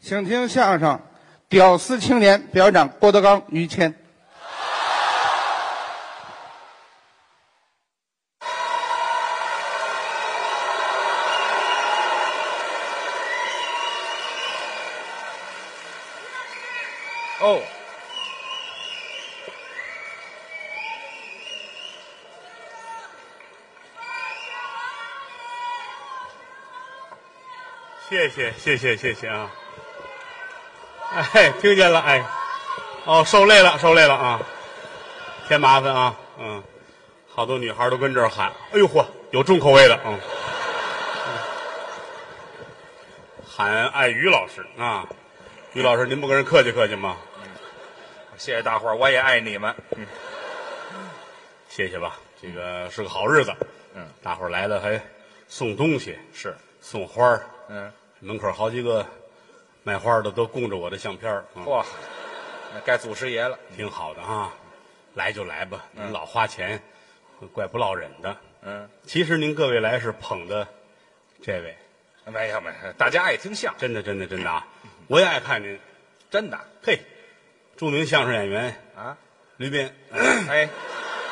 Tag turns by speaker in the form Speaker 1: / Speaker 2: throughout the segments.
Speaker 1: 请听相声《屌丝青年》，表演者郭德纲、于谦。
Speaker 2: 哦，谢谢谢谢谢谢啊！哎，听见了哎，哦，受累了受累了啊，添麻烦啊，嗯，好多女孩都跟这儿喊，哎呦嚯，有重口味的，嗯，喊爱于老师啊，于老师您不跟人客气客气吗？
Speaker 3: 谢谢大伙儿，我也爱你们。嗯
Speaker 2: 谢谢吧，这个是个好日子，
Speaker 3: 嗯，
Speaker 2: 大伙儿来了还送东西，
Speaker 3: 是，
Speaker 2: 送花儿，
Speaker 3: 嗯，
Speaker 2: 门口好几个卖花儿的都供着我的相片儿，嗯
Speaker 3: 嚯，那该祖师爷了。
Speaker 2: 挺好的啊。来就来吧，您老花钱，怪不落忍的。
Speaker 3: 嗯，
Speaker 2: 其实您各位来是捧的这位，
Speaker 3: 没有没有，大家爱听相声，
Speaker 2: 真的真的真的啊，
Speaker 3: 嗯
Speaker 2: 我也爱看您。
Speaker 3: 真的
Speaker 2: 嘿，著名相声演员
Speaker 3: 啊。
Speaker 2: 吕斌，
Speaker 3: 哎，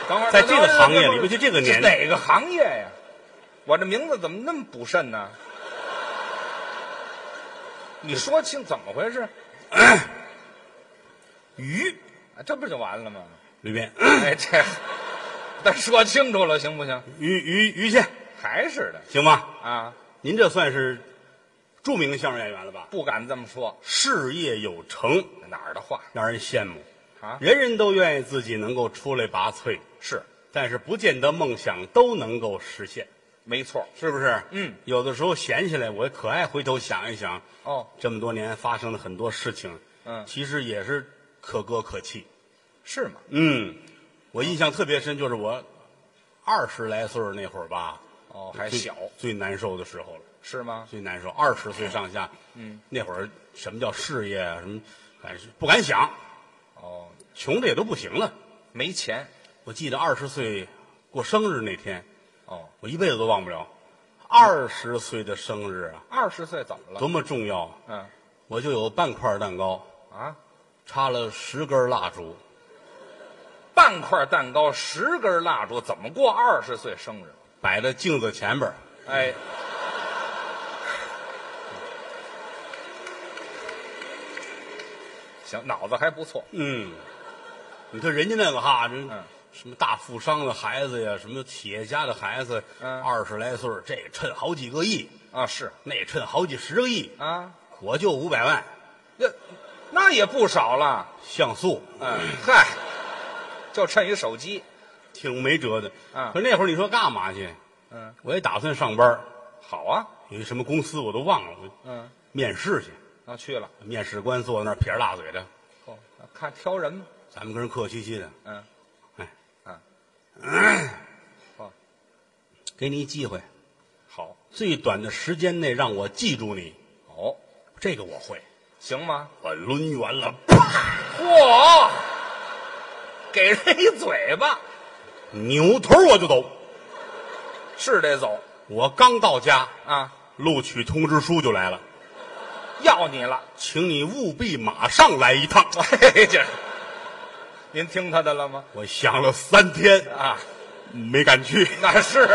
Speaker 3: 等会儿，
Speaker 2: 在这个行业里
Speaker 3: 不
Speaker 2: 尤其这个年代
Speaker 3: 哪个行业呀？我这名字怎么那么不慎呢？你说清怎么回事？鱼，啊这不就完了吗？
Speaker 2: 吕斌，
Speaker 3: 哎，这，咱说清楚了行不行？
Speaker 2: 于于于谦，
Speaker 3: 还是的
Speaker 2: 行吗？
Speaker 3: 啊，
Speaker 2: 您这算是著名相声演员了吧？
Speaker 3: 不敢这么说，
Speaker 2: 事业有成，
Speaker 3: 哪儿的话
Speaker 2: 让人羡慕。
Speaker 3: 啊？
Speaker 2: 人人都愿意自己能够出类拔萃，
Speaker 3: 是，
Speaker 2: 但是不见得梦想都能够实现，
Speaker 3: 没错。
Speaker 2: 是不是？
Speaker 3: 嗯，
Speaker 2: 有的时候闲下来，我可爱回头想一想，
Speaker 3: 哦，
Speaker 2: 这么多年发生的很多事情，
Speaker 3: 嗯
Speaker 2: 其实也是可歌可泣。
Speaker 3: 是吗？
Speaker 2: 嗯，我印象特别深，就是我二十来岁儿那会儿吧，
Speaker 3: 哦，还
Speaker 2: 最
Speaker 3: 小
Speaker 2: 最难受的时候了，
Speaker 3: 是吗？
Speaker 2: 最难受，二十岁上下，嗯，那会儿什么叫事业啊，什么，反正不敢想，
Speaker 3: 哦，
Speaker 2: 穷的也都不行了。
Speaker 3: 没钱。
Speaker 2: 我记得二十岁过生日那天，
Speaker 3: 哦，
Speaker 2: 我一辈子都忘不了。二十岁的生日啊，
Speaker 3: 二十岁怎么了？
Speaker 2: 多么重要啊！
Speaker 3: 嗯
Speaker 2: 我就有半块蛋糕，
Speaker 3: 啊，
Speaker 2: 插了十根蜡烛，
Speaker 3: 半块蛋糕，十根蜡烛，怎么过二十岁生日？
Speaker 2: 摆在镜子前边儿
Speaker 3: 哎， 行，脑子还不错。
Speaker 2: 嗯，你看人家那个哈，这
Speaker 3: 嗯
Speaker 2: 什么大富商的孩子呀，什么企业家的孩子，
Speaker 3: 嗯
Speaker 2: 二十来岁儿这个趁好几个亿，
Speaker 3: 啊，是
Speaker 2: 那趁好几十个亿，
Speaker 3: 啊，
Speaker 2: 我就五百万
Speaker 3: 那那也不少了。
Speaker 2: 像素，
Speaker 3: 嗯，嗨，就趁一手机。
Speaker 2: 挺没辙的。
Speaker 3: 嗯
Speaker 2: 可那会儿你说干嘛去？
Speaker 3: 嗯，
Speaker 2: 我也打算上班儿，
Speaker 3: 好啊。
Speaker 2: 有一什么公司我都忘了，我
Speaker 3: 嗯，
Speaker 2: 面试去。
Speaker 3: 啊，去了。
Speaker 2: 面试官坐在那儿撇着大嘴的，
Speaker 3: 哦，看挑人吗？
Speaker 2: 咱们跟人客气气的，
Speaker 3: 嗯，
Speaker 2: 哎，
Speaker 3: 嗯，哦，
Speaker 2: 给你一机会，
Speaker 3: 好，
Speaker 2: 最短的时间内让我记住你，
Speaker 3: 哦，
Speaker 2: 这个我会。
Speaker 3: 行吗？
Speaker 2: 我抡圆了，
Speaker 3: 嚯，给人一嘴巴，
Speaker 2: 扭头我就走。
Speaker 3: 是得走
Speaker 2: 我刚到家，
Speaker 3: 啊，
Speaker 2: 录取通知书就来了，
Speaker 3: 要你 了。
Speaker 2: 请你务必马上来一趟。
Speaker 3: 哎，这，您听他的了吗？
Speaker 2: 我想了三天，
Speaker 3: 啊，
Speaker 2: 没敢去。
Speaker 3: 那 是，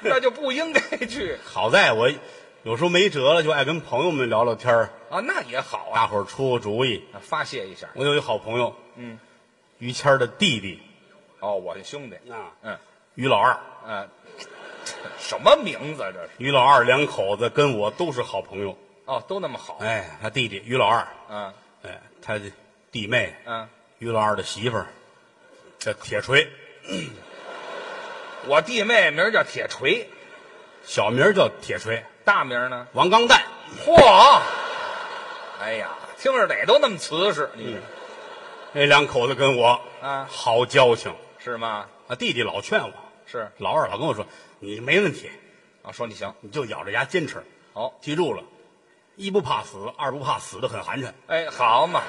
Speaker 3: 那就不应该去
Speaker 2: 好在我有时候没辙了，就爱跟朋友们聊聊天儿
Speaker 3: 啊，那也好啊，
Speaker 2: 大伙儿出主意。
Speaker 3: 发泄一下。
Speaker 2: 我有一好朋友，
Speaker 3: 嗯，
Speaker 2: 于谦儿的弟弟
Speaker 3: 哦，我的兄弟，
Speaker 2: 啊，
Speaker 3: 嗯
Speaker 2: 于老二。
Speaker 3: 嗯，什么名字这是？
Speaker 2: 于老二两口子跟我都是好朋友。
Speaker 3: 哦，都那么好。
Speaker 2: 哎，他弟弟于老二，
Speaker 3: 嗯
Speaker 2: 哎，他的弟妹
Speaker 3: 嗯，
Speaker 2: 于老二的媳妇儿叫铁锤，
Speaker 3: 我弟妹名叫铁锤，
Speaker 2: 小名叫铁锤，
Speaker 3: 大名呢？
Speaker 2: 王刚蛋。
Speaker 3: 嚯！哎呀，听着哪都那么瓷实，你这
Speaker 2: 那两口子跟我
Speaker 3: 啊
Speaker 2: 好交情
Speaker 3: 是吗？
Speaker 2: 啊，弟弟老劝我，
Speaker 3: 是
Speaker 2: 老二老跟我说你没问题，
Speaker 3: 啊，说你行，
Speaker 2: 你就咬着牙坚持，
Speaker 3: 好，
Speaker 2: 记住了，一不怕死，二不怕死的很寒碜，
Speaker 3: 哎，好嘛，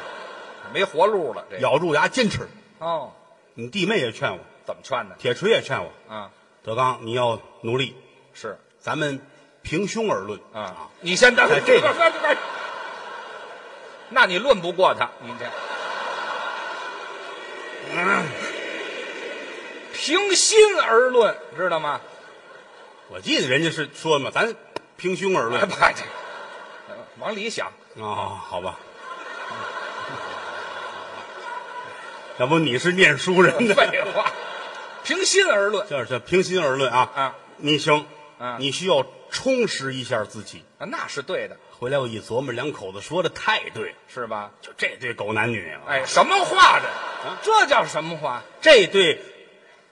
Speaker 3: 没活路了，这
Speaker 2: 咬住牙坚持。
Speaker 3: 哦，
Speaker 2: 你弟妹也劝我，
Speaker 3: 怎么劝呢？
Speaker 2: 铁锤也劝我，
Speaker 3: 啊，
Speaker 2: 德刚你要努力，
Speaker 3: 是
Speaker 2: 咱们平胸而论
Speaker 3: 啊啊，你先等
Speaker 2: 哎这个
Speaker 3: 个那你论不过他，你这。平心而论，知道吗？
Speaker 2: 我记得人家是说嘛，咱平胸而论啊
Speaker 3: 哎吧，这往 里想，
Speaker 2: 哦，好吧。要不你是念书人的，
Speaker 3: 废话，平心而论
Speaker 2: 这这平心而论啊，
Speaker 3: 啊，
Speaker 2: 你行，
Speaker 3: 啊
Speaker 2: 你需要充实一下自己。
Speaker 3: 啊那是对的，
Speaker 2: 回来我一琢磨，两口子说的太对了，
Speaker 3: 是吧？
Speaker 2: 就这对狗男女啊，
Speaker 3: 哎，什么话这？
Speaker 2: 啊
Speaker 3: 这叫什么话？
Speaker 2: 这对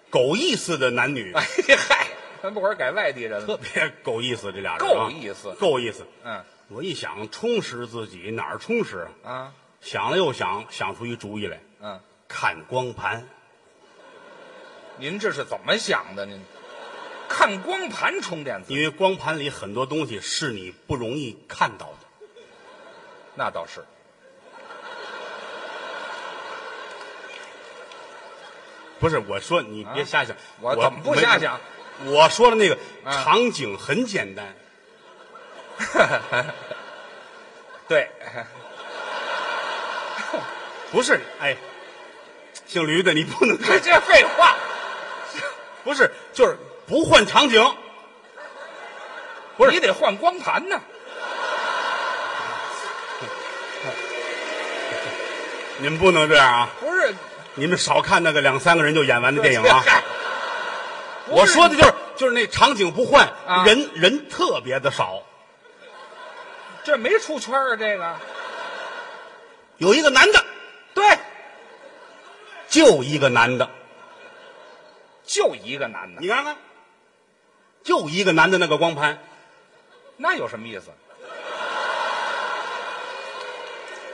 Speaker 2: 狗意思的男女，
Speaker 3: 哎嗨，咱不会儿改外地人了。
Speaker 2: 特别狗意思，这俩人、啊、
Speaker 3: 够意思
Speaker 2: 够意思。
Speaker 3: 嗯
Speaker 2: 我一想充实自己，哪儿充实啊？
Speaker 3: 啊
Speaker 2: 想了又想，想出一主意来，
Speaker 3: 嗯，
Speaker 2: 看光盘。
Speaker 3: 您这是怎么想的？您看光盘充电
Speaker 2: 因
Speaker 3: 子，
Speaker 2: 为光盘里很多东西是你不容易看到的。
Speaker 3: 那倒是。
Speaker 2: 不是，我说你别瞎想，
Speaker 3: 啊我怎么不瞎想？
Speaker 2: 没我说的那个
Speaker 3: 啊
Speaker 2: 场景很简单，
Speaker 3: 对，
Speaker 2: 不是？哎，姓驴的你不能看，
Speaker 3: 这废话，
Speaker 2: 不是就是不换场景，
Speaker 3: 不是你得换光盘呢。
Speaker 2: 你们不能这样啊！
Speaker 3: 不是
Speaker 2: 你们少看那个两三个人就演完的电影 啊！
Speaker 3: 嗨不 是
Speaker 2: 我说的就是就是那场景不换，
Speaker 3: 啊
Speaker 2: 人人特别的少。
Speaker 3: 这没出圈啊，这个
Speaker 2: 有一个男的，
Speaker 3: 对，
Speaker 2: 就一个男的，
Speaker 3: 就一个男的，
Speaker 2: 你看看，就一个男的那个光盘。
Speaker 3: 那有什么意思？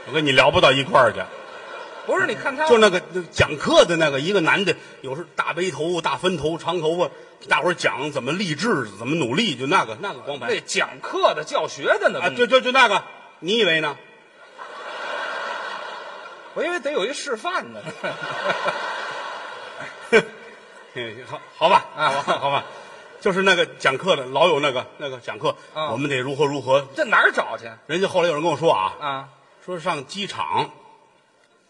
Speaker 2: 我跟你聊不到一块儿去，
Speaker 3: 不是，你看他
Speaker 2: 就那个那个讲课的那个一个男的，有时候大背头、大分头、长头发，大伙儿讲怎么励志、怎么努力，就那个那个光盘
Speaker 3: 那讲课的、教学的呢
Speaker 2: 啊，，就就就那个，你以为呢？
Speaker 3: 我以为得有一示范呢。
Speaker 2: 嗯好，好吧，
Speaker 3: 啊
Speaker 2: 好吧，好吧，就是那个讲课的，老有那个那个讲课，
Speaker 3: 啊
Speaker 2: 我们得如何如何。
Speaker 3: 这哪儿找去
Speaker 2: 人家后来有人跟我说啊，
Speaker 3: 啊？
Speaker 2: 说上机场，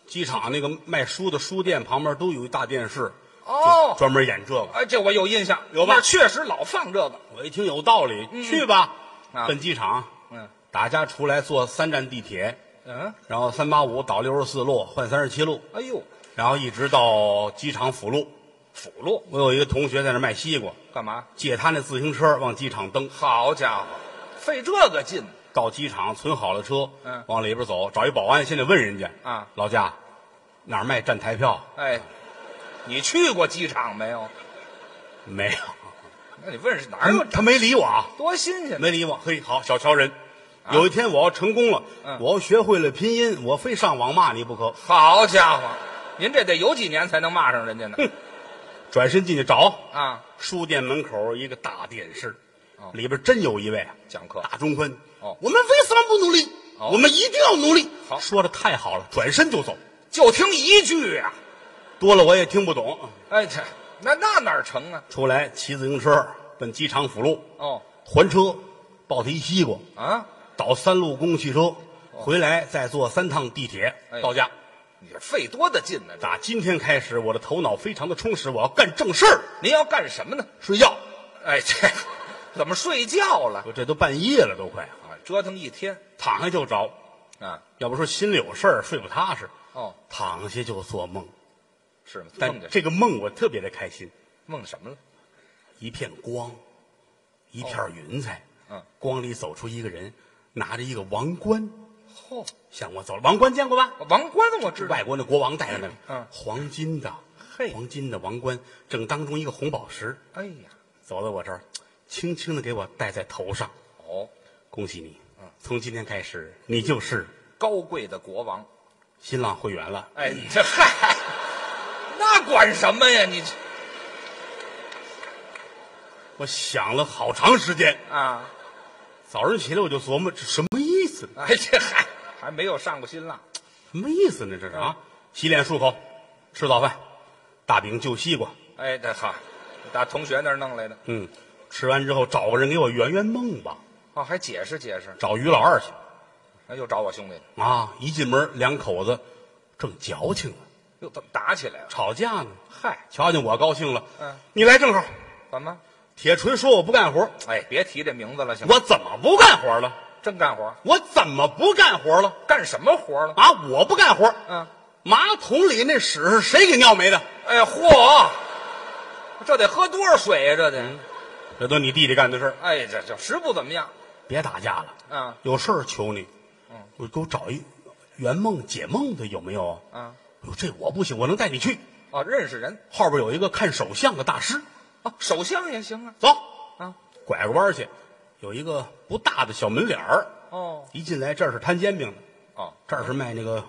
Speaker 2: 机场那个卖书的书店旁边都有一大电视，
Speaker 3: 哦，
Speaker 2: 专门演这个。
Speaker 3: 哎，这我有印象，
Speaker 2: 有吧
Speaker 3: 那儿确实老放这个。
Speaker 2: 我一听有道理，去吧，
Speaker 3: 嗯啊
Speaker 2: 奔机场，
Speaker 3: 嗯
Speaker 2: 打家出来坐三站地铁，
Speaker 3: 嗯，
Speaker 2: 然后三八五倒六十四路换三十七路，
Speaker 3: 哎呦，
Speaker 2: 然后一直到机场辅路。
Speaker 3: 辅路
Speaker 2: 我有一个同学在那儿卖西瓜，
Speaker 3: 干嘛？
Speaker 2: 借他那自行车往机场蹬，
Speaker 3: 好家伙，费这个劲
Speaker 2: 到机场存好了车，
Speaker 3: 嗯
Speaker 2: 往里边走，找一保安，先得问人家
Speaker 3: 啊
Speaker 2: 老家哪儿卖站台票？
Speaker 3: 哎！你去过机场没有？
Speaker 2: 没有，
Speaker 3: 那你问是哪儿有？
Speaker 2: 他没理我啊，
Speaker 3: 多新鲜！
Speaker 2: 没理我。嘿，好，小瞧人。有一天我要成功了，
Speaker 3: 啊嗯
Speaker 2: 我要学会了拼音，我非上网骂你不可。
Speaker 3: 好家伙，您这得有几年才能骂 上人家呢？
Speaker 2: 转身进去找，
Speaker 3: 啊，
Speaker 2: 书店门口一个大电视
Speaker 3: 哦，
Speaker 2: 里边真有一位啊
Speaker 3: 讲课
Speaker 2: 大中分。
Speaker 3: 哦
Speaker 2: 我们为什么不努力？
Speaker 3: 哦
Speaker 2: 我们一定要努力。
Speaker 3: 好
Speaker 2: 说的太好了，转身就走。
Speaker 3: 就听一句呀、
Speaker 2: 多了我也听不懂。
Speaker 3: 哎，这那那哪儿成啊？
Speaker 2: 出来骑自行车奔机场辅路，
Speaker 3: 哦
Speaker 2: 还车，抱他一西瓜，
Speaker 3: 啊，
Speaker 2: 倒三路公共汽车，回来再坐三趟地铁
Speaker 3: 哦哎
Speaker 2: 到家。
Speaker 3: 你这费多大劲呢、这
Speaker 2: 打今天开始，我的头脑非常的充实，我要干正事儿。
Speaker 3: 您要干什么呢？
Speaker 2: 睡觉，
Speaker 3: 哎，这怎么睡觉了？
Speaker 2: 我这都半夜了，都快
Speaker 3: 啊，折腾一天
Speaker 2: 躺下就着。
Speaker 3: 啊！
Speaker 2: 要不说心里有事儿，睡不踏实。
Speaker 3: 哦，
Speaker 2: 躺下就做梦，
Speaker 3: 是吗？梦
Speaker 2: 但
Speaker 3: 见
Speaker 2: 这个梦我特别的开心，
Speaker 3: 梦什么了？
Speaker 2: 一片光，一片云彩，
Speaker 3: 嗯，
Speaker 2: 光里走出一个人，拿着一个王冠
Speaker 3: 嚯、
Speaker 2: 向我走来。王冠见过吧？
Speaker 3: 王冠我知道，
Speaker 2: 外国那国王戴着那个，
Speaker 3: 嗯
Speaker 2: 黄金的，
Speaker 3: 嘿
Speaker 2: 黄金的王冠，正当中一个红宝石，
Speaker 3: 哎呀，
Speaker 2: 走到我这儿，轻轻的给我戴在头上。
Speaker 3: 哦，
Speaker 2: 恭喜你，从今天开始，你就是
Speaker 3: 高贵的国王，
Speaker 2: 新浪会员了。
Speaker 3: 哎，这嗨，那管什么呀？你这
Speaker 2: 我想了好长时间，
Speaker 3: 啊，
Speaker 2: 早上起来我就琢磨这什么意思呢？
Speaker 3: 哎，这嗨，还没有上过新浪，
Speaker 2: 什么意思呢？这是啊？洗脸漱口，吃早饭，大饼就西瓜。
Speaker 3: 哎，这好，打同学那儿弄来的，
Speaker 2: 嗯，吃完之后找个人给我圆圆梦吧，
Speaker 3: 哦，还解释解释，
Speaker 2: 找于老二去。
Speaker 3: 那又找我兄弟了，
Speaker 2: 啊！一进门，两口子正矫情呢，
Speaker 3: 又怎么打起来了？
Speaker 2: 吵架呢。
Speaker 3: 嗨，
Speaker 2: 瞧见我高兴了，
Speaker 3: 嗯，
Speaker 2: 你来正好。
Speaker 3: 怎么？
Speaker 2: 铁锤说我不干活，
Speaker 3: 哎，别提这名字了，行吗？
Speaker 2: 我怎么不干活了？
Speaker 3: 真干活，
Speaker 2: 我怎么不干活了？
Speaker 3: 干什么活了？
Speaker 2: 啊，我不干活。
Speaker 3: 嗯，
Speaker 2: 马桶里那屎是谁给尿没的？
Speaker 3: 哎，嚯，这得喝多少水呀、这得，
Speaker 2: 这都你弟弟干的事儿。
Speaker 3: 哎，这这实不怎么样
Speaker 2: 别打架了，
Speaker 3: 啊
Speaker 2: 有事儿求你。我给我找一圆梦解梦的有没有啊？
Speaker 3: 啊！
Speaker 2: 哟，这我不行，我能带你去。
Speaker 3: 哦，认识人
Speaker 2: 后边有一个看手相的大师，
Speaker 3: 啊，首相也行啊
Speaker 2: 走，
Speaker 3: 啊，
Speaker 2: 拐个弯去，有一个不大的小门脸儿，
Speaker 3: 哦
Speaker 2: 一进来这儿是摊煎饼的，
Speaker 3: 哦，
Speaker 2: 这儿是卖那个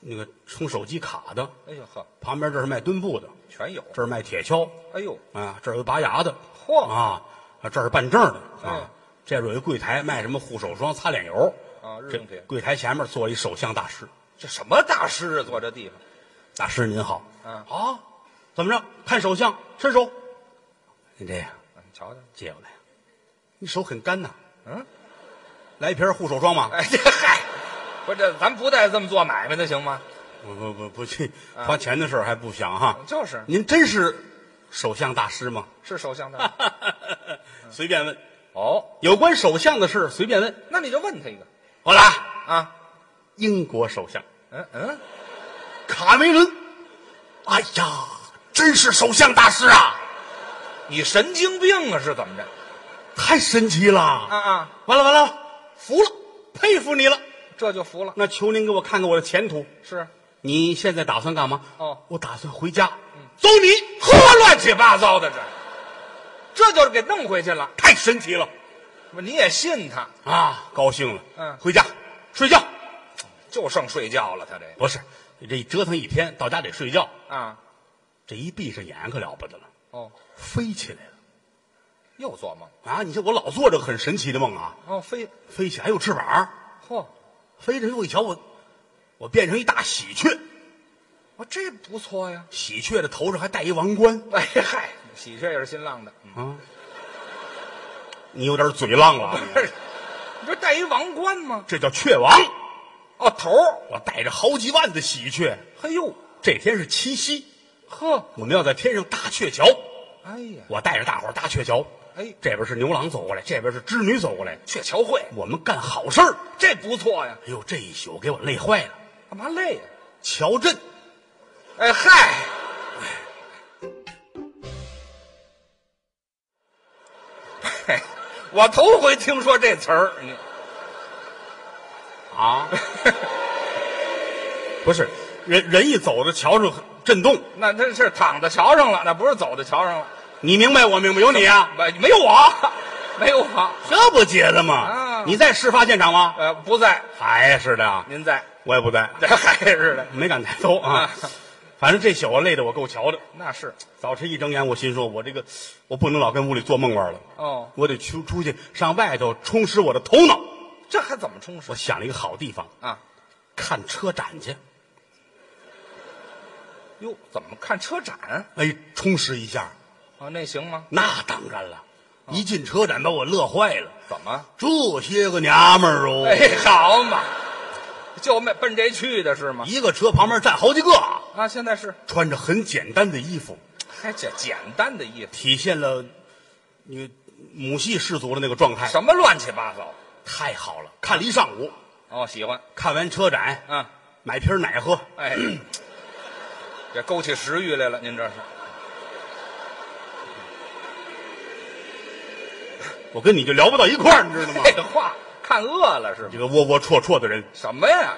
Speaker 2: 那个充手机卡的，
Speaker 3: 哎呦呵，
Speaker 2: 旁边这是卖墩布的，
Speaker 3: 全有，
Speaker 2: 这儿卖铁锹
Speaker 3: 哎呦，
Speaker 2: 啊，这儿有拔牙的，
Speaker 3: 嚯
Speaker 2: 啊，啊这儿办证的
Speaker 3: 哎
Speaker 2: 啊，这边有一柜台卖什么护手霜、擦脸油
Speaker 3: 啊日
Speaker 2: 这
Speaker 3: 用品
Speaker 2: 柜台前面坐一手相大师，
Speaker 3: 这什么大师啊，坐这地方，
Speaker 2: 大师您好，
Speaker 3: 嗯
Speaker 2: 啊，怎么着？看手相，伸手，你这样
Speaker 3: 啊你瞧瞧，
Speaker 2: 借过来，你手很干呐，
Speaker 3: 嗯，
Speaker 2: 来一瓶护手霜吧。
Speaker 3: 哎这嗨，不是这咱不带这么做买卖的行吗？
Speaker 2: 不不不不去，
Speaker 3: 嗯
Speaker 2: 花钱的事儿还不想哈。
Speaker 3: 就是
Speaker 2: 您真是首相大师吗？
Speaker 3: 是首相大
Speaker 2: 随便问，
Speaker 3: 哦，
Speaker 2: 有关首相的事随便问。
Speaker 3: 那你就问他一个
Speaker 2: 我来，
Speaker 3: 啊，
Speaker 2: 英国首相
Speaker 3: 嗯嗯，
Speaker 2: 卡梅伦。哎呀，真是首相大师啊，
Speaker 3: 你神经病啊是怎么着？
Speaker 2: 太神奇了！
Speaker 3: 啊啊，
Speaker 2: 完了完了，服了，佩服你了。
Speaker 3: 这就服了，
Speaker 2: 那求您给我看看我的前途。
Speaker 3: 是
Speaker 2: 你现在打算干嘛？
Speaker 3: 哦，
Speaker 2: 我打算回家。走你，
Speaker 3: 呵，乱七八糟的这，这就是给弄回去了，
Speaker 2: 太神奇了
Speaker 3: 不你也信他，
Speaker 2: 啊！高兴了，
Speaker 3: 嗯
Speaker 2: 回家睡觉。
Speaker 3: 就剩睡觉了，他这
Speaker 2: 不是，这一折腾一天，到家得睡觉。
Speaker 3: 啊，
Speaker 2: 这一闭上眼可了不得了，
Speaker 3: 哦，
Speaker 2: 飞起来了
Speaker 3: 又做梦，
Speaker 2: 啊！你说我老做这个很神奇的梦啊，
Speaker 3: 哦飞，
Speaker 2: 飞起来还有翅膀，
Speaker 3: 嚯，
Speaker 2: 飞着又一瞧我，我变成一大喜鹊，
Speaker 3: 哦这不错呀，
Speaker 2: 喜鹊的头上还戴一王冠
Speaker 3: 哎嗨，喜鹊也是新浪的，嗯
Speaker 2: 啊！你有点嘴浪了啊，
Speaker 3: 不
Speaker 2: 你
Speaker 3: 是 你这戴一王冠吗？
Speaker 2: 这叫雀王。
Speaker 3: 哦头儿，
Speaker 2: 我带着好几万的喜鹊，
Speaker 3: 嘿呦，
Speaker 2: 这天是七夕，
Speaker 3: 呵，
Speaker 2: 我们要在天上搭鹊桥。
Speaker 3: 哎呀，
Speaker 2: 我带着大伙儿搭鹊桥，
Speaker 3: 哎
Speaker 2: 这边是牛郎走过来，这边是织女走过来，
Speaker 3: 鹊桥会，
Speaker 2: 我们干好事儿。
Speaker 3: 这不错呀，
Speaker 2: 哎呦，这一宿给我累坏了。
Speaker 3: 干嘛累呀？
Speaker 2: 乔振，
Speaker 3: 哎嗨。嘿哎我头回听说这词儿，你
Speaker 2: 啊， 不是，人人一走到桥上震动，
Speaker 3: 那这是躺在桥上了，那不是走在桥上了。
Speaker 2: 你明白我明白，有你啊，
Speaker 3: 没没有我，没有我，
Speaker 2: 这不结的吗？
Speaker 3: 啊
Speaker 2: 你在事发现场吗？
Speaker 3: 呃，不在，
Speaker 2: 还是的啊，
Speaker 3: 您在，
Speaker 2: 我也不 在，
Speaker 3: 这还是的，
Speaker 2: 没敢抬头啊
Speaker 3: 啊。
Speaker 2: 反正这宿啊累得我够瞧的。
Speaker 3: 那是
Speaker 2: 早晨一睁眼，我心说，我这个我不能老跟屋里做梦玩了，
Speaker 3: 哦，
Speaker 2: 我得出出去上外头充实我的头脑。
Speaker 3: 这还怎么充实
Speaker 2: 我想了一个好地方，
Speaker 3: 啊？
Speaker 2: 看车展去，
Speaker 3: 哟，怎么看车展
Speaker 2: 哎，充实一下。
Speaker 3: 啊？那行吗？
Speaker 2: 那当然了，一进车展把我乐坏了。
Speaker 3: 怎么？
Speaker 2: 这些个娘们儿哦，
Speaker 3: 哎，好嘛，就奔奔这去的是吗？
Speaker 2: 一个车旁边站好几个啊，
Speaker 3: 啊，现在是，
Speaker 2: 穿着很简单的衣服，
Speaker 3: 还简简单的衣服，
Speaker 2: 体现了你母系氏族的那个状态，
Speaker 3: 什么乱七八糟？
Speaker 2: 太好了！看了一上午，
Speaker 3: 哦，喜欢，
Speaker 2: 看完车展，
Speaker 3: 啊，
Speaker 2: 买瓶奶喝，
Speaker 3: 哎，这勾起食欲来了，您这是
Speaker 2: 我跟你就聊不到一块儿，你知道 吗？
Speaker 3: 这话看饿了是吗
Speaker 2: 这？个窝窝戳戳的人，
Speaker 3: 什么呀？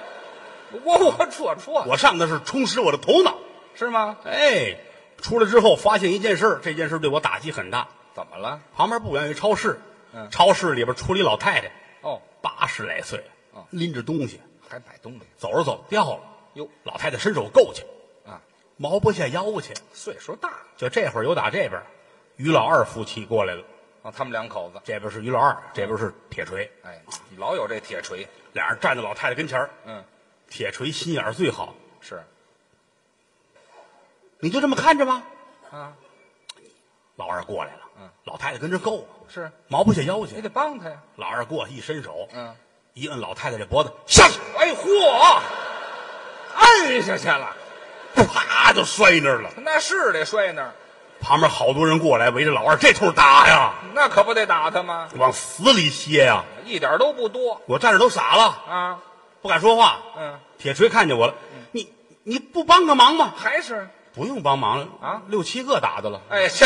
Speaker 3: 窝窝戳戳
Speaker 2: 我上的是充实我的头脑。
Speaker 3: 是吗？
Speaker 2: 哎，出来之后发现一件事儿，这件事儿对我打击很大。
Speaker 3: 怎么了？
Speaker 2: 旁边不远有一超市，
Speaker 3: 嗯
Speaker 2: 超市里边出了一老太太，
Speaker 3: 哦，
Speaker 2: 八十来岁
Speaker 3: 哦，
Speaker 2: 拎着东西，
Speaker 3: 还买东西
Speaker 2: 走着走着掉了。
Speaker 3: 哟
Speaker 2: 老太太伸手够去，
Speaker 3: 啊？
Speaker 2: 毛不下腰去。
Speaker 3: 岁数大了
Speaker 2: 就这会儿有打这边，于老二夫妻过来了，
Speaker 3: 啊，他们两口子，
Speaker 2: 这边是于老二，这边是铁锤，
Speaker 3: 哎，老有这铁锤，
Speaker 2: 俩人站在老太太跟前儿
Speaker 3: 嗯，
Speaker 2: 铁锤心眼儿最好，
Speaker 3: 是
Speaker 2: 你就这么看着吧。
Speaker 3: 啊，
Speaker 2: 老二过来了，
Speaker 3: 嗯，
Speaker 2: 老太太跟这够啊，
Speaker 3: 是
Speaker 2: 毛不下腰
Speaker 3: 你
Speaker 2: 去。
Speaker 3: 得帮他呀，
Speaker 2: 老二过去一伸手，
Speaker 3: 嗯，
Speaker 2: 一摁老太太这脖子，下去，
Speaker 3: 哎嚯，按下去了，
Speaker 2: 啪就摔那儿了。
Speaker 3: 那是得摔那儿，
Speaker 2: 旁边好多人过来围着老二，这通打呀，
Speaker 3: 那可不得打他吗？
Speaker 2: 往死里歇呀！
Speaker 3: 一点都不多
Speaker 2: 我站着都傻了，
Speaker 3: 啊，
Speaker 2: 不敢说话。
Speaker 3: 嗯，
Speaker 2: 铁锤看见我了，你你不帮个忙吗？
Speaker 3: 还是
Speaker 2: 不用帮忙了
Speaker 3: 啊
Speaker 2: 六七个打的了，
Speaker 3: 哎这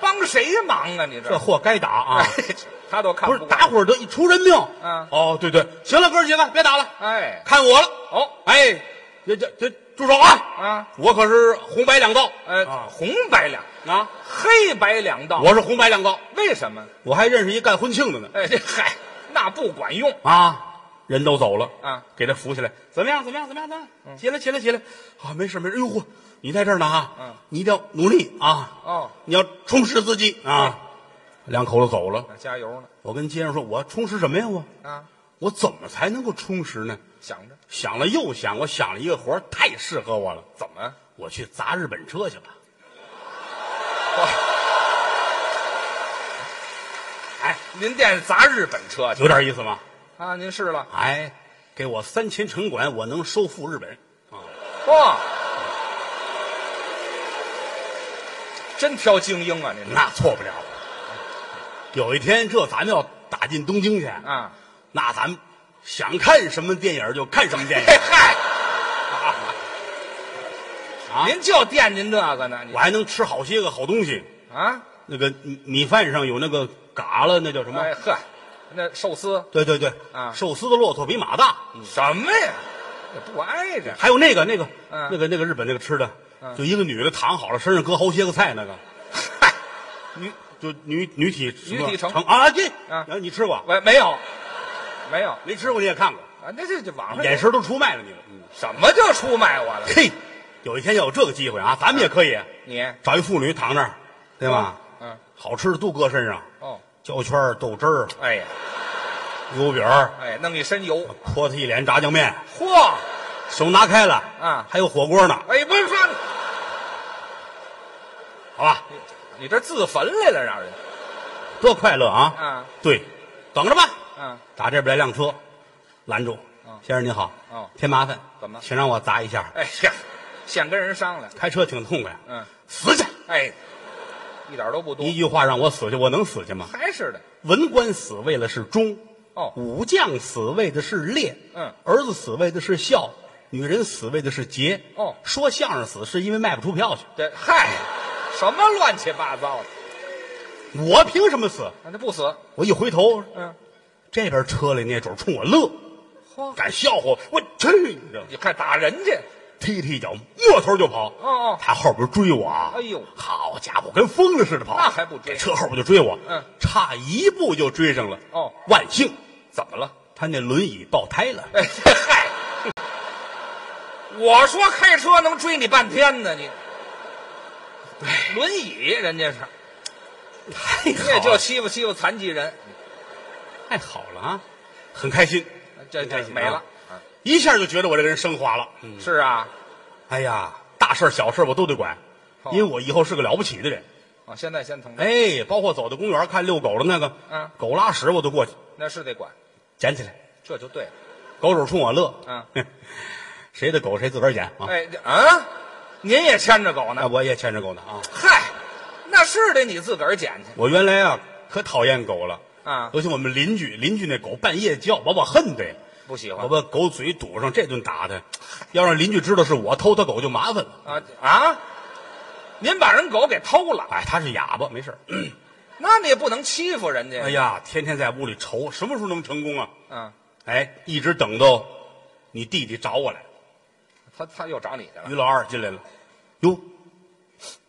Speaker 3: 帮谁忙啊？你这
Speaker 2: 这货该打 啊！
Speaker 3: 哎，这他都看
Speaker 2: 不
Speaker 3: 不
Speaker 2: 是
Speaker 3: 惯
Speaker 2: 打会儿得一出人命。
Speaker 3: 嗯
Speaker 2: 哦，对对，行了，哥儿几个别打了，
Speaker 3: 哎
Speaker 2: 看我了。
Speaker 3: 哦
Speaker 2: 哎，这这这住手啊！
Speaker 3: 啊
Speaker 2: 我可是红白两道
Speaker 3: 呃、
Speaker 2: 啊
Speaker 3: 红白两
Speaker 2: 啊！
Speaker 3: 黑白两道，
Speaker 2: 我是红白两道，
Speaker 3: 为什么？
Speaker 2: 我还认识一干婚庆的呢
Speaker 3: 哎这嗨那不管用
Speaker 2: 啊！人都走了
Speaker 3: 啊，
Speaker 2: 给他扶起来，怎么样？怎么样？怎么样？怎么样？起来，起来，起来！啊，没事没事。哎呦嚯，你在这儿呢啊！
Speaker 3: 嗯，
Speaker 2: 你一定要努力啊！
Speaker 3: 哦，
Speaker 2: 你要充实自己
Speaker 3: 嗯
Speaker 2: 啊！两口子走了，
Speaker 3: 那加油呢
Speaker 2: 我跟街上说，我充实什么呀？我
Speaker 3: 啊，
Speaker 2: 我怎么才能够充实呢？
Speaker 3: 想着
Speaker 2: 想了又想，我想了一个活儿太适合我了，
Speaker 3: 怎么
Speaker 2: 我去砸日本车去吧。哎，
Speaker 3: 您惦着砸日本车去
Speaker 2: 有点意思吗？
Speaker 3: 啊？您试了
Speaker 2: 哎，给我三秦城管，我能收复日本。
Speaker 3: 哇、真挑精英啊！您这
Speaker 2: 那错不了。有一天，这咱们要打进东京去，
Speaker 3: 啊，
Speaker 2: 那咱们想看什么电影就看什么 电
Speaker 3: 嘿
Speaker 2: 影，
Speaker 3: 嗨，
Speaker 2: 啊
Speaker 3: 您就惦您这个呢？你
Speaker 2: 我还能吃好些个好东西。
Speaker 3: 啊，
Speaker 2: 那个米米饭上有那个嘎了，那叫什么？
Speaker 3: 哎呵，那寿司
Speaker 2: 对对对，
Speaker 3: 啊
Speaker 2: 寿司的骆驼比马大。
Speaker 3: 什么呀？这不挨着
Speaker 2: 还有那个那个、
Speaker 3: 嗯
Speaker 2: 那个那个日本那个吃的，就一个女的躺好了，身上搁好些个菜那个， 女就女女体什么
Speaker 3: 女体成
Speaker 2: 啊这
Speaker 3: 啊
Speaker 2: 啊你吃过
Speaker 3: 喂，没有，没有
Speaker 2: 没吃过你也看过，
Speaker 3: 啊，那这这网上有
Speaker 2: 眼神都出卖了你了。
Speaker 3: 什么叫出卖我了？
Speaker 2: 嘿，有一天要有这个机会啊，咱们也可以
Speaker 3: 你
Speaker 2: 找一妇女躺那儿，对吧？
Speaker 3: 嗯
Speaker 2: 好吃的都搁身上，
Speaker 3: 哦，
Speaker 2: 焦圈儿、豆汁儿、
Speaker 3: 哎呀，
Speaker 2: 油饼儿，
Speaker 3: 哎，弄一身油，
Speaker 2: 泼他一脸炸酱面，
Speaker 3: 嚯，
Speaker 2: 手拿开了
Speaker 3: 嗯
Speaker 2: 还有火锅呢，
Speaker 3: 哎，不是说
Speaker 2: 好吧，
Speaker 3: 你这自焚来了，让人
Speaker 2: 多快乐啊！
Speaker 3: 嗯
Speaker 2: 对，等着吧。
Speaker 3: 啊，
Speaker 2: 打这边来辆车，拦住
Speaker 3: 嗯，
Speaker 2: 先生您好，
Speaker 3: 哦
Speaker 2: 添麻烦，
Speaker 3: 怎么
Speaker 2: 请让我砸一下，
Speaker 3: 哎呀，现跟人商量，
Speaker 2: 开车挺痛快，
Speaker 3: 嗯，
Speaker 2: 死去，
Speaker 3: 哎，一点都不多
Speaker 2: 一，句话让我死去，我能死去吗？
Speaker 3: 还是的，
Speaker 2: 文官死为了是忠，
Speaker 3: 哦
Speaker 2: 武将死为的是烈，
Speaker 3: 嗯
Speaker 2: 儿子死为的是孝，女人死为的是节，
Speaker 3: 哦
Speaker 2: 说相声死是因为卖不出票去，
Speaker 3: 这嗨，什么乱七八糟的，
Speaker 2: 我凭什么死？
Speaker 3: 那就不死，
Speaker 2: 我一回头，
Speaker 3: 嗯，
Speaker 2: 这边车里那主冲我乐，
Speaker 3: 嚯，
Speaker 2: 敢笑话我，我去，你知道吗
Speaker 3: 你看打人去，
Speaker 2: 踢他一脚，摸头就跑。
Speaker 3: 哦哦
Speaker 2: 他后边追我啊！
Speaker 3: 哎呦
Speaker 2: 好家伙，跟疯了似的跑，
Speaker 3: 那还不追
Speaker 2: 这车后边就追我，
Speaker 3: 嗯，
Speaker 2: 差一步就追上了。
Speaker 3: 哦
Speaker 2: 万幸
Speaker 3: 怎么了？
Speaker 2: 他那轮椅爆胎了，
Speaker 3: 哎，这嗨， 我说开车能追你半天呢，你。轮椅，人家是，哎
Speaker 2: 太好
Speaker 3: 这就
Speaker 2: 了，
Speaker 3: 欺负欺负残疾人，
Speaker 2: 太好了啊！很开心，
Speaker 3: 这
Speaker 2: 很开
Speaker 3: 这
Speaker 2: 心啊
Speaker 3: 没了。
Speaker 2: 一下就觉得我这个人升华了。嗯，
Speaker 3: 是啊，
Speaker 2: 哎呀，大事儿小事儿我都得管，
Speaker 3: 哦
Speaker 2: 因为我以后是个了不起的人。
Speaker 3: 啊，现在先疼，
Speaker 2: 哎，包括走到公园看遛狗的那个，
Speaker 3: 嗯
Speaker 2: 狗拉屎我都过去
Speaker 3: 那是得管，
Speaker 2: 捡起来，
Speaker 3: 这就对了。
Speaker 2: 狗主冲我乐，
Speaker 3: 嗯
Speaker 2: 哼，谁的狗谁自个儿捡啊。
Speaker 3: 哎，这啊，您也牵着狗
Speaker 2: 那
Speaker 3: 呢？
Speaker 2: 我也牵着狗呢啊！
Speaker 3: 嗨，那是得你自个儿捡去
Speaker 2: 我原来啊可讨厌狗了
Speaker 3: 啊
Speaker 2: 尤其我们邻居，邻居那狗半夜叫，把我恨的呀。
Speaker 3: 不喜
Speaker 2: 我
Speaker 3: 欢
Speaker 2: 把狗嘴堵上，这顿打它，要让邻居知道是我偷他狗就麻烦了。
Speaker 3: 啊啊！您把人狗给偷了，
Speaker 2: 哎，他是哑巴，没事
Speaker 3: 嗯
Speaker 2: 儿。
Speaker 3: 那你也不能欺负人家。
Speaker 2: 哎呀，天天在屋里愁，什么时候能成功啊？
Speaker 3: 嗯，
Speaker 2: 哎，一直等到你弟弟找我来，
Speaker 3: 他他又找你去了
Speaker 2: 于。老二进来了，哟，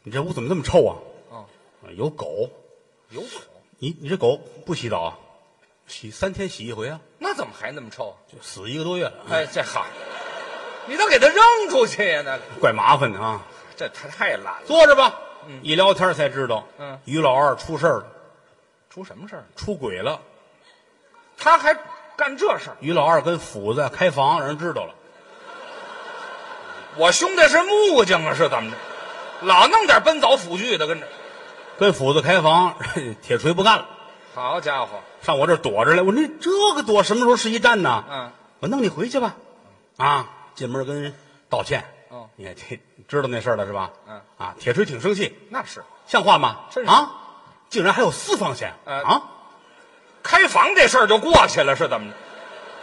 Speaker 2: 你这屋怎么这么臭啊？
Speaker 3: 哦，
Speaker 2: 啊有狗，
Speaker 3: 有狗，
Speaker 2: 你你这狗不洗澡啊？洗三天洗一回啊？
Speaker 3: 那怎么还那么臭？
Speaker 2: 就死一个多月了，
Speaker 3: 哎，这好，你都给他扔出去呀？那
Speaker 2: 怪麻烦的啊。
Speaker 3: 这他太懒了，
Speaker 2: 坐着吧。一聊天才知道，
Speaker 3: 嗯
Speaker 2: 于老二出事儿了，
Speaker 3: 出什么事儿？
Speaker 2: 出轨了。
Speaker 3: 他还干这事儿？
Speaker 2: 于老二跟斧子开房，让人知道了。
Speaker 3: 我兄弟是木匠啊，是怎么着？老弄点奔走辅具的跟着。
Speaker 2: 跟斧子开房，铁锤不干了，
Speaker 3: 好家伙，
Speaker 2: 上我这儿躲着来。我说你这个躲什么时候是一站呢？
Speaker 3: 嗯，
Speaker 2: 我弄你回去吧。啊，进门跟人道歉。
Speaker 3: 哦
Speaker 2: 你看这知道那事儿了是吧？
Speaker 3: 嗯，
Speaker 2: 啊，铁锤挺生气，
Speaker 3: 那是
Speaker 2: 像话吗？
Speaker 3: 真是
Speaker 2: 啊，竟然还有私房钱、
Speaker 3: 呃
Speaker 2: 啊！
Speaker 3: 开房这事儿就过去了，是怎么着？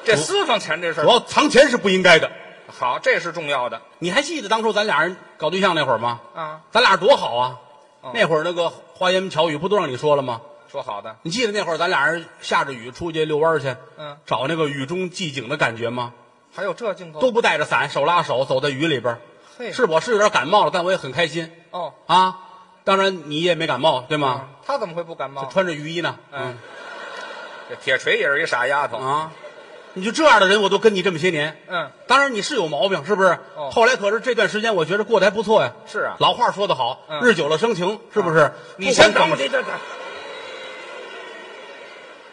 Speaker 3: 这私房钱这事
Speaker 2: 主
Speaker 3: 儿
Speaker 2: 要藏钱是不应该的。
Speaker 3: 好，这是重要的
Speaker 2: 你还记得当初咱俩人搞对象那会儿吗？
Speaker 3: 啊。
Speaker 2: 咱俩多好啊！
Speaker 3: 哦
Speaker 2: 那会儿那个花言巧语不都让你说了吗？
Speaker 3: 说好的，
Speaker 2: 你记得那会儿咱俩人下着雨出去遛弯儿去，
Speaker 3: 嗯，
Speaker 2: 找那个雨中寂景的感觉吗？
Speaker 3: 还有这镜头
Speaker 2: 都不带着伞，手拉手走在雨里边儿。
Speaker 3: 嘿
Speaker 2: 是我是有点感冒了，但我也很开心
Speaker 3: 哦
Speaker 2: 啊。当然你也没感冒，对吗？
Speaker 3: 啊，他怎么会不感冒？
Speaker 2: 穿着雨衣呢，
Speaker 3: 嗯，这铁锤也是一傻丫头。
Speaker 2: 啊，你就这样的人，我都跟你这么些年。
Speaker 3: 嗯，
Speaker 2: 当然你是有毛病，是不是？
Speaker 3: 哦
Speaker 2: 后来可是这段时间，我觉得过得还不错呀。
Speaker 3: 是啊
Speaker 2: 老话说得好，
Speaker 3: 嗯啊
Speaker 2: 日久了生情，是不是？
Speaker 3: 你先
Speaker 2: 不管怎么
Speaker 3: 等我，这这这，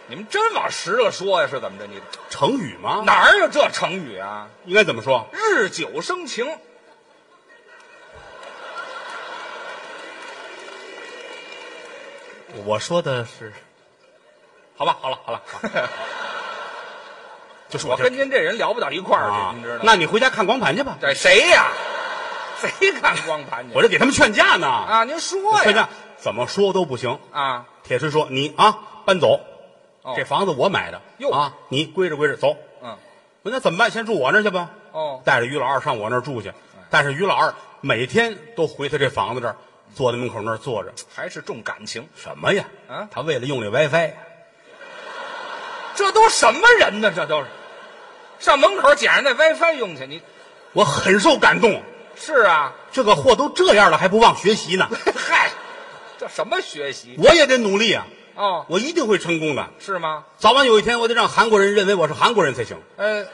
Speaker 3: 你们真往实了说呀？是怎么着？你
Speaker 2: 成语吗？
Speaker 3: 哪儿有这成语啊？
Speaker 2: 应该怎么说？
Speaker 3: 日久生情，
Speaker 2: 我说的是，好吧，好了，好了，好 了就是
Speaker 3: 我
Speaker 2: 这
Speaker 3: 跟您这人聊不到一块儿去，
Speaker 2: 啊
Speaker 3: 您知道，吗？
Speaker 2: 那你回家看光盘去吧。
Speaker 3: 这谁呀？ 谁看光盘去？
Speaker 2: 我这给他们劝架呢，
Speaker 3: 啊，您说
Speaker 2: 劝
Speaker 3: 呀
Speaker 2: 架怎么说都不行。
Speaker 3: 啊，
Speaker 2: 铁锤说：“你啊，搬走，
Speaker 3: 哦
Speaker 2: 这房子我买的，
Speaker 3: 哟
Speaker 2: 啊，你归置归置，走。
Speaker 3: 嗯，
Speaker 2: 我说那怎么办？先住我那儿去吧。
Speaker 3: 哦，
Speaker 2: 带着于老二上我那儿住去，但是于老二每天都回他这房子这儿，坐在门口那儿坐着，
Speaker 3: 还是重感情，
Speaker 2: 什么呀？
Speaker 3: 啊
Speaker 2: 他为了用这 WiFi，
Speaker 3: 这都什么人呢？这都是上门口捡人那 WiFi 用去，你
Speaker 2: 我很受感动。
Speaker 3: 是啊？
Speaker 2: 这个货都这样了，还不忘学习呢，
Speaker 3: 嗨，这什么学习
Speaker 2: 我也得努力啊，
Speaker 3: 哦？
Speaker 2: 我一定会成功的。
Speaker 3: 是吗？
Speaker 2: 早晚有一天，我得让韩国人认为我是韩国人才行。
Speaker 3: 呃，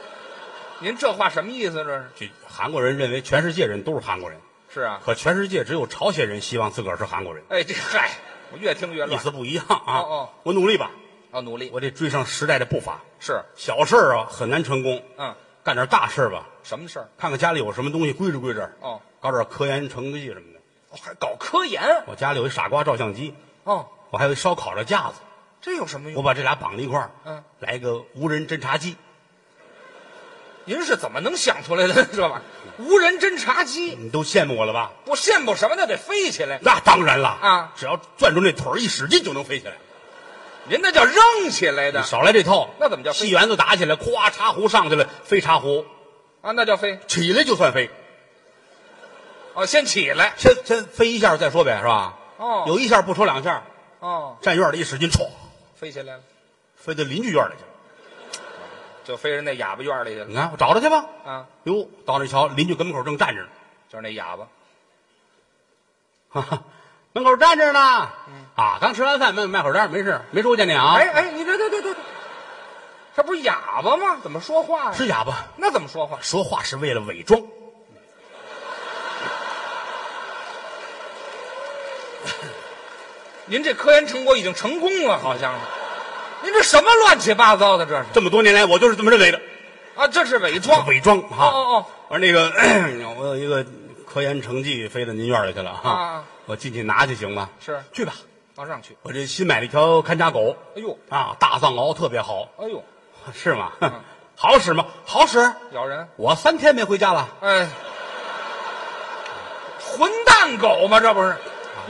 Speaker 3: 您这话什么意思？这是
Speaker 2: 这韩国人认为全世界人都是韩国人，
Speaker 3: 是啊？
Speaker 2: 可全世界只有朝鲜人希望自个儿是韩国人。”
Speaker 3: 哎，这嗨，我越听越
Speaker 2: 意
Speaker 3: 乱。
Speaker 2: 思不一样啊。
Speaker 3: 哦哦
Speaker 2: 我努力吧，
Speaker 3: 要努力
Speaker 2: 我得追上时代的步伐。
Speaker 3: 是，
Speaker 2: 小事儿啊很难成功，
Speaker 3: 嗯，
Speaker 2: 干点大事儿吧，
Speaker 3: 什么事儿？
Speaker 2: 看看家里有什么东西归置归置。
Speaker 3: 哦，
Speaker 2: 搞点科研成绩什么的。
Speaker 3: 哦还搞科研
Speaker 2: 我家里有一傻瓜照相机，
Speaker 3: 哦？
Speaker 2: 我还有一烧烤的架子，
Speaker 3: 这有什么
Speaker 2: 我
Speaker 3: 用？
Speaker 2: 把这俩绑在一块儿，
Speaker 3: 嗯，
Speaker 2: 来一个无人侦察机。
Speaker 3: 您是怎么能想出来的这玩意儿？无人侦察机，
Speaker 2: 你都羡慕我了吧？
Speaker 3: 我羡慕什么？那得飞起来，
Speaker 2: 那当然了
Speaker 3: 啊
Speaker 2: 只要攥住那腿儿一使劲就能飞起来。
Speaker 3: 您那叫扔起来的
Speaker 2: 你少来这套，
Speaker 3: 那怎么叫飞
Speaker 2: 戏园子打起来，咵茶壶上去了，飞茶壶
Speaker 3: 啊，那叫飞
Speaker 2: 起来就算飞，
Speaker 3: 哦，先起来
Speaker 2: 先先飞一下再说呗，是吧？
Speaker 3: 哦
Speaker 2: 有一下不说两下，
Speaker 3: 哦，
Speaker 2: 站院里一使劲，歘，
Speaker 3: 飞起来了，
Speaker 2: 飞到邻居院里去了。
Speaker 3: 就飞人那哑巴院里去了
Speaker 2: 你看，我找他去吧。
Speaker 3: 啊，
Speaker 2: 哟，到那瞧，邻居跟门口正站着呢，
Speaker 3: 就是那哑巴
Speaker 2: 哈哈，门口站着呢。
Speaker 3: 嗯
Speaker 2: 啊，刚吃完饭，卖卖会儿单，没事，没出去呢啊。
Speaker 3: 哎哎，你这这这这，这这不是哑巴吗？怎么说话呀？
Speaker 2: 是哑巴，
Speaker 3: 那怎么说话？
Speaker 2: 说话是为了伪装。
Speaker 3: 您这科研成果已经成功了，好像是。您这什么乱七八糟的？这是
Speaker 2: 这么多年来，我就是这么认为的，
Speaker 3: 啊，这是伪装。
Speaker 2: 伪装哈。
Speaker 3: 哦哦哦
Speaker 2: 我说那个， 咳我有一个科研成绩飞到您院里去了哈、
Speaker 3: 啊
Speaker 2: 我进去拿去行吗？
Speaker 3: 是
Speaker 2: 去吧。
Speaker 3: 往上去。
Speaker 2: 我这新买了一条看家狗
Speaker 3: 哎呦，
Speaker 2: 啊，大藏獒特别好，
Speaker 3: 哎呦，
Speaker 2: 是吗？
Speaker 3: 嗯
Speaker 2: 好使吗？好使。
Speaker 3: 咬人！
Speaker 2: 我三天没回家了。
Speaker 3: 哎，混蛋狗吗？这不是，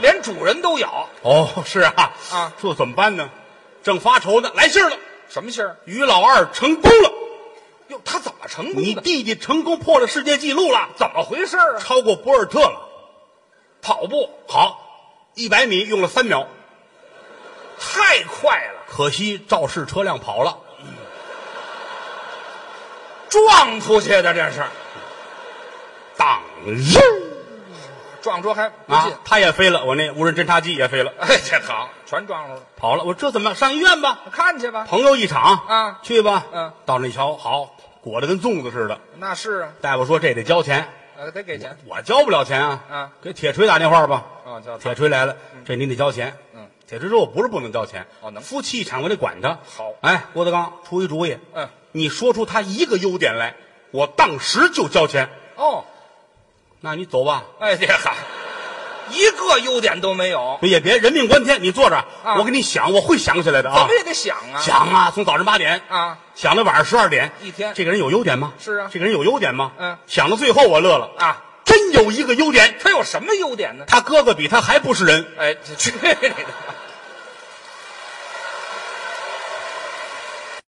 Speaker 3: 连主人都咬。
Speaker 2: 哦，是啊，
Speaker 3: 啊
Speaker 2: 这怎么办呢？正发愁呢，来信儿了，
Speaker 3: 什么信儿？
Speaker 2: 于老二成功了，
Speaker 3: 哟，他怎么成功
Speaker 2: 你
Speaker 3: 的？
Speaker 2: 弟弟成功破了世界纪录了，
Speaker 3: 怎么回事儿啊？
Speaker 2: 超过博尔特了。
Speaker 3: 跑步
Speaker 2: 好，一百米用了三秒，
Speaker 3: 太快了，
Speaker 2: 可惜肇事车辆跑了。
Speaker 3: 撞出去的这是，
Speaker 2: 当日
Speaker 3: 撞出还不
Speaker 2: 啊
Speaker 3: 进。，
Speaker 2: 他也飞了，我那无人侦察机也飞了，
Speaker 3: 哎，这好，全撞出了，
Speaker 2: 跑了。我这怎么办上医院吧？
Speaker 3: 看去吧。
Speaker 2: 朋友一场
Speaker 3: 啊
Speaker 2: 去吧。
Speaker 3: 嗯，
Speaker 2: 到那一瞧，好，裹得跟粽子似的。
Speaker 3: 那是啊，
Speaker 2: 大夫说这得交钱，
Speaker 3: 呃，得给钱。
Speaker 2: 我交不了钱啊。
Speaker 3: 啊，
Speaker 2: 给铁锤打电话吧。
Speaker 3: 哦，叫
Speaker 2: 铁锤来了，这您得交钱。
Speaker 3: 嗯，
Speaker 2: 铁锤说我不是不能交钱，
Speaker 3: 哦能
Speaker 2: 夫妻一场我得管他。
Speaker 3: 好
Speaker 2: 哎，郭德纲出一主意，
Speaker 3: 嗯，
Speaker 2: 你说出他一个优点来，我当时就交钱。
Speaker 3: 哦，
Speaker 2: 那你走吧，
Speaker 3: 哎，这好，一个优点都没有，
Speaker 2: 也别人命关天，你坐着，
Speaker 3: 啊
Speaker 2: 我给你想，我会想起来的
Speaker 3: 怎
Speaker 2: 啊
Speaker 3: 么。也得想啊，
Speaker 2: 想啊，从早上八点
Speaker 3: 啊
Speaker 2: 想到晚上十二点，
Speaker 3: 一天
Speaker 2: 这个人有优点吗？
Speaker 3: 是啊
Speaker 2: 这个人有优点吗？
Speaker 3: 嗯
Speaker 2: 想到最后我乐了，
Speaker 3: 啊，
Speaker 2: 真有一个优点，
Speaker 3: 他有什么优点呢？
Speaker 2: 他哥哥比他还不是人。
Speaker 3: 哎，这去你的吧！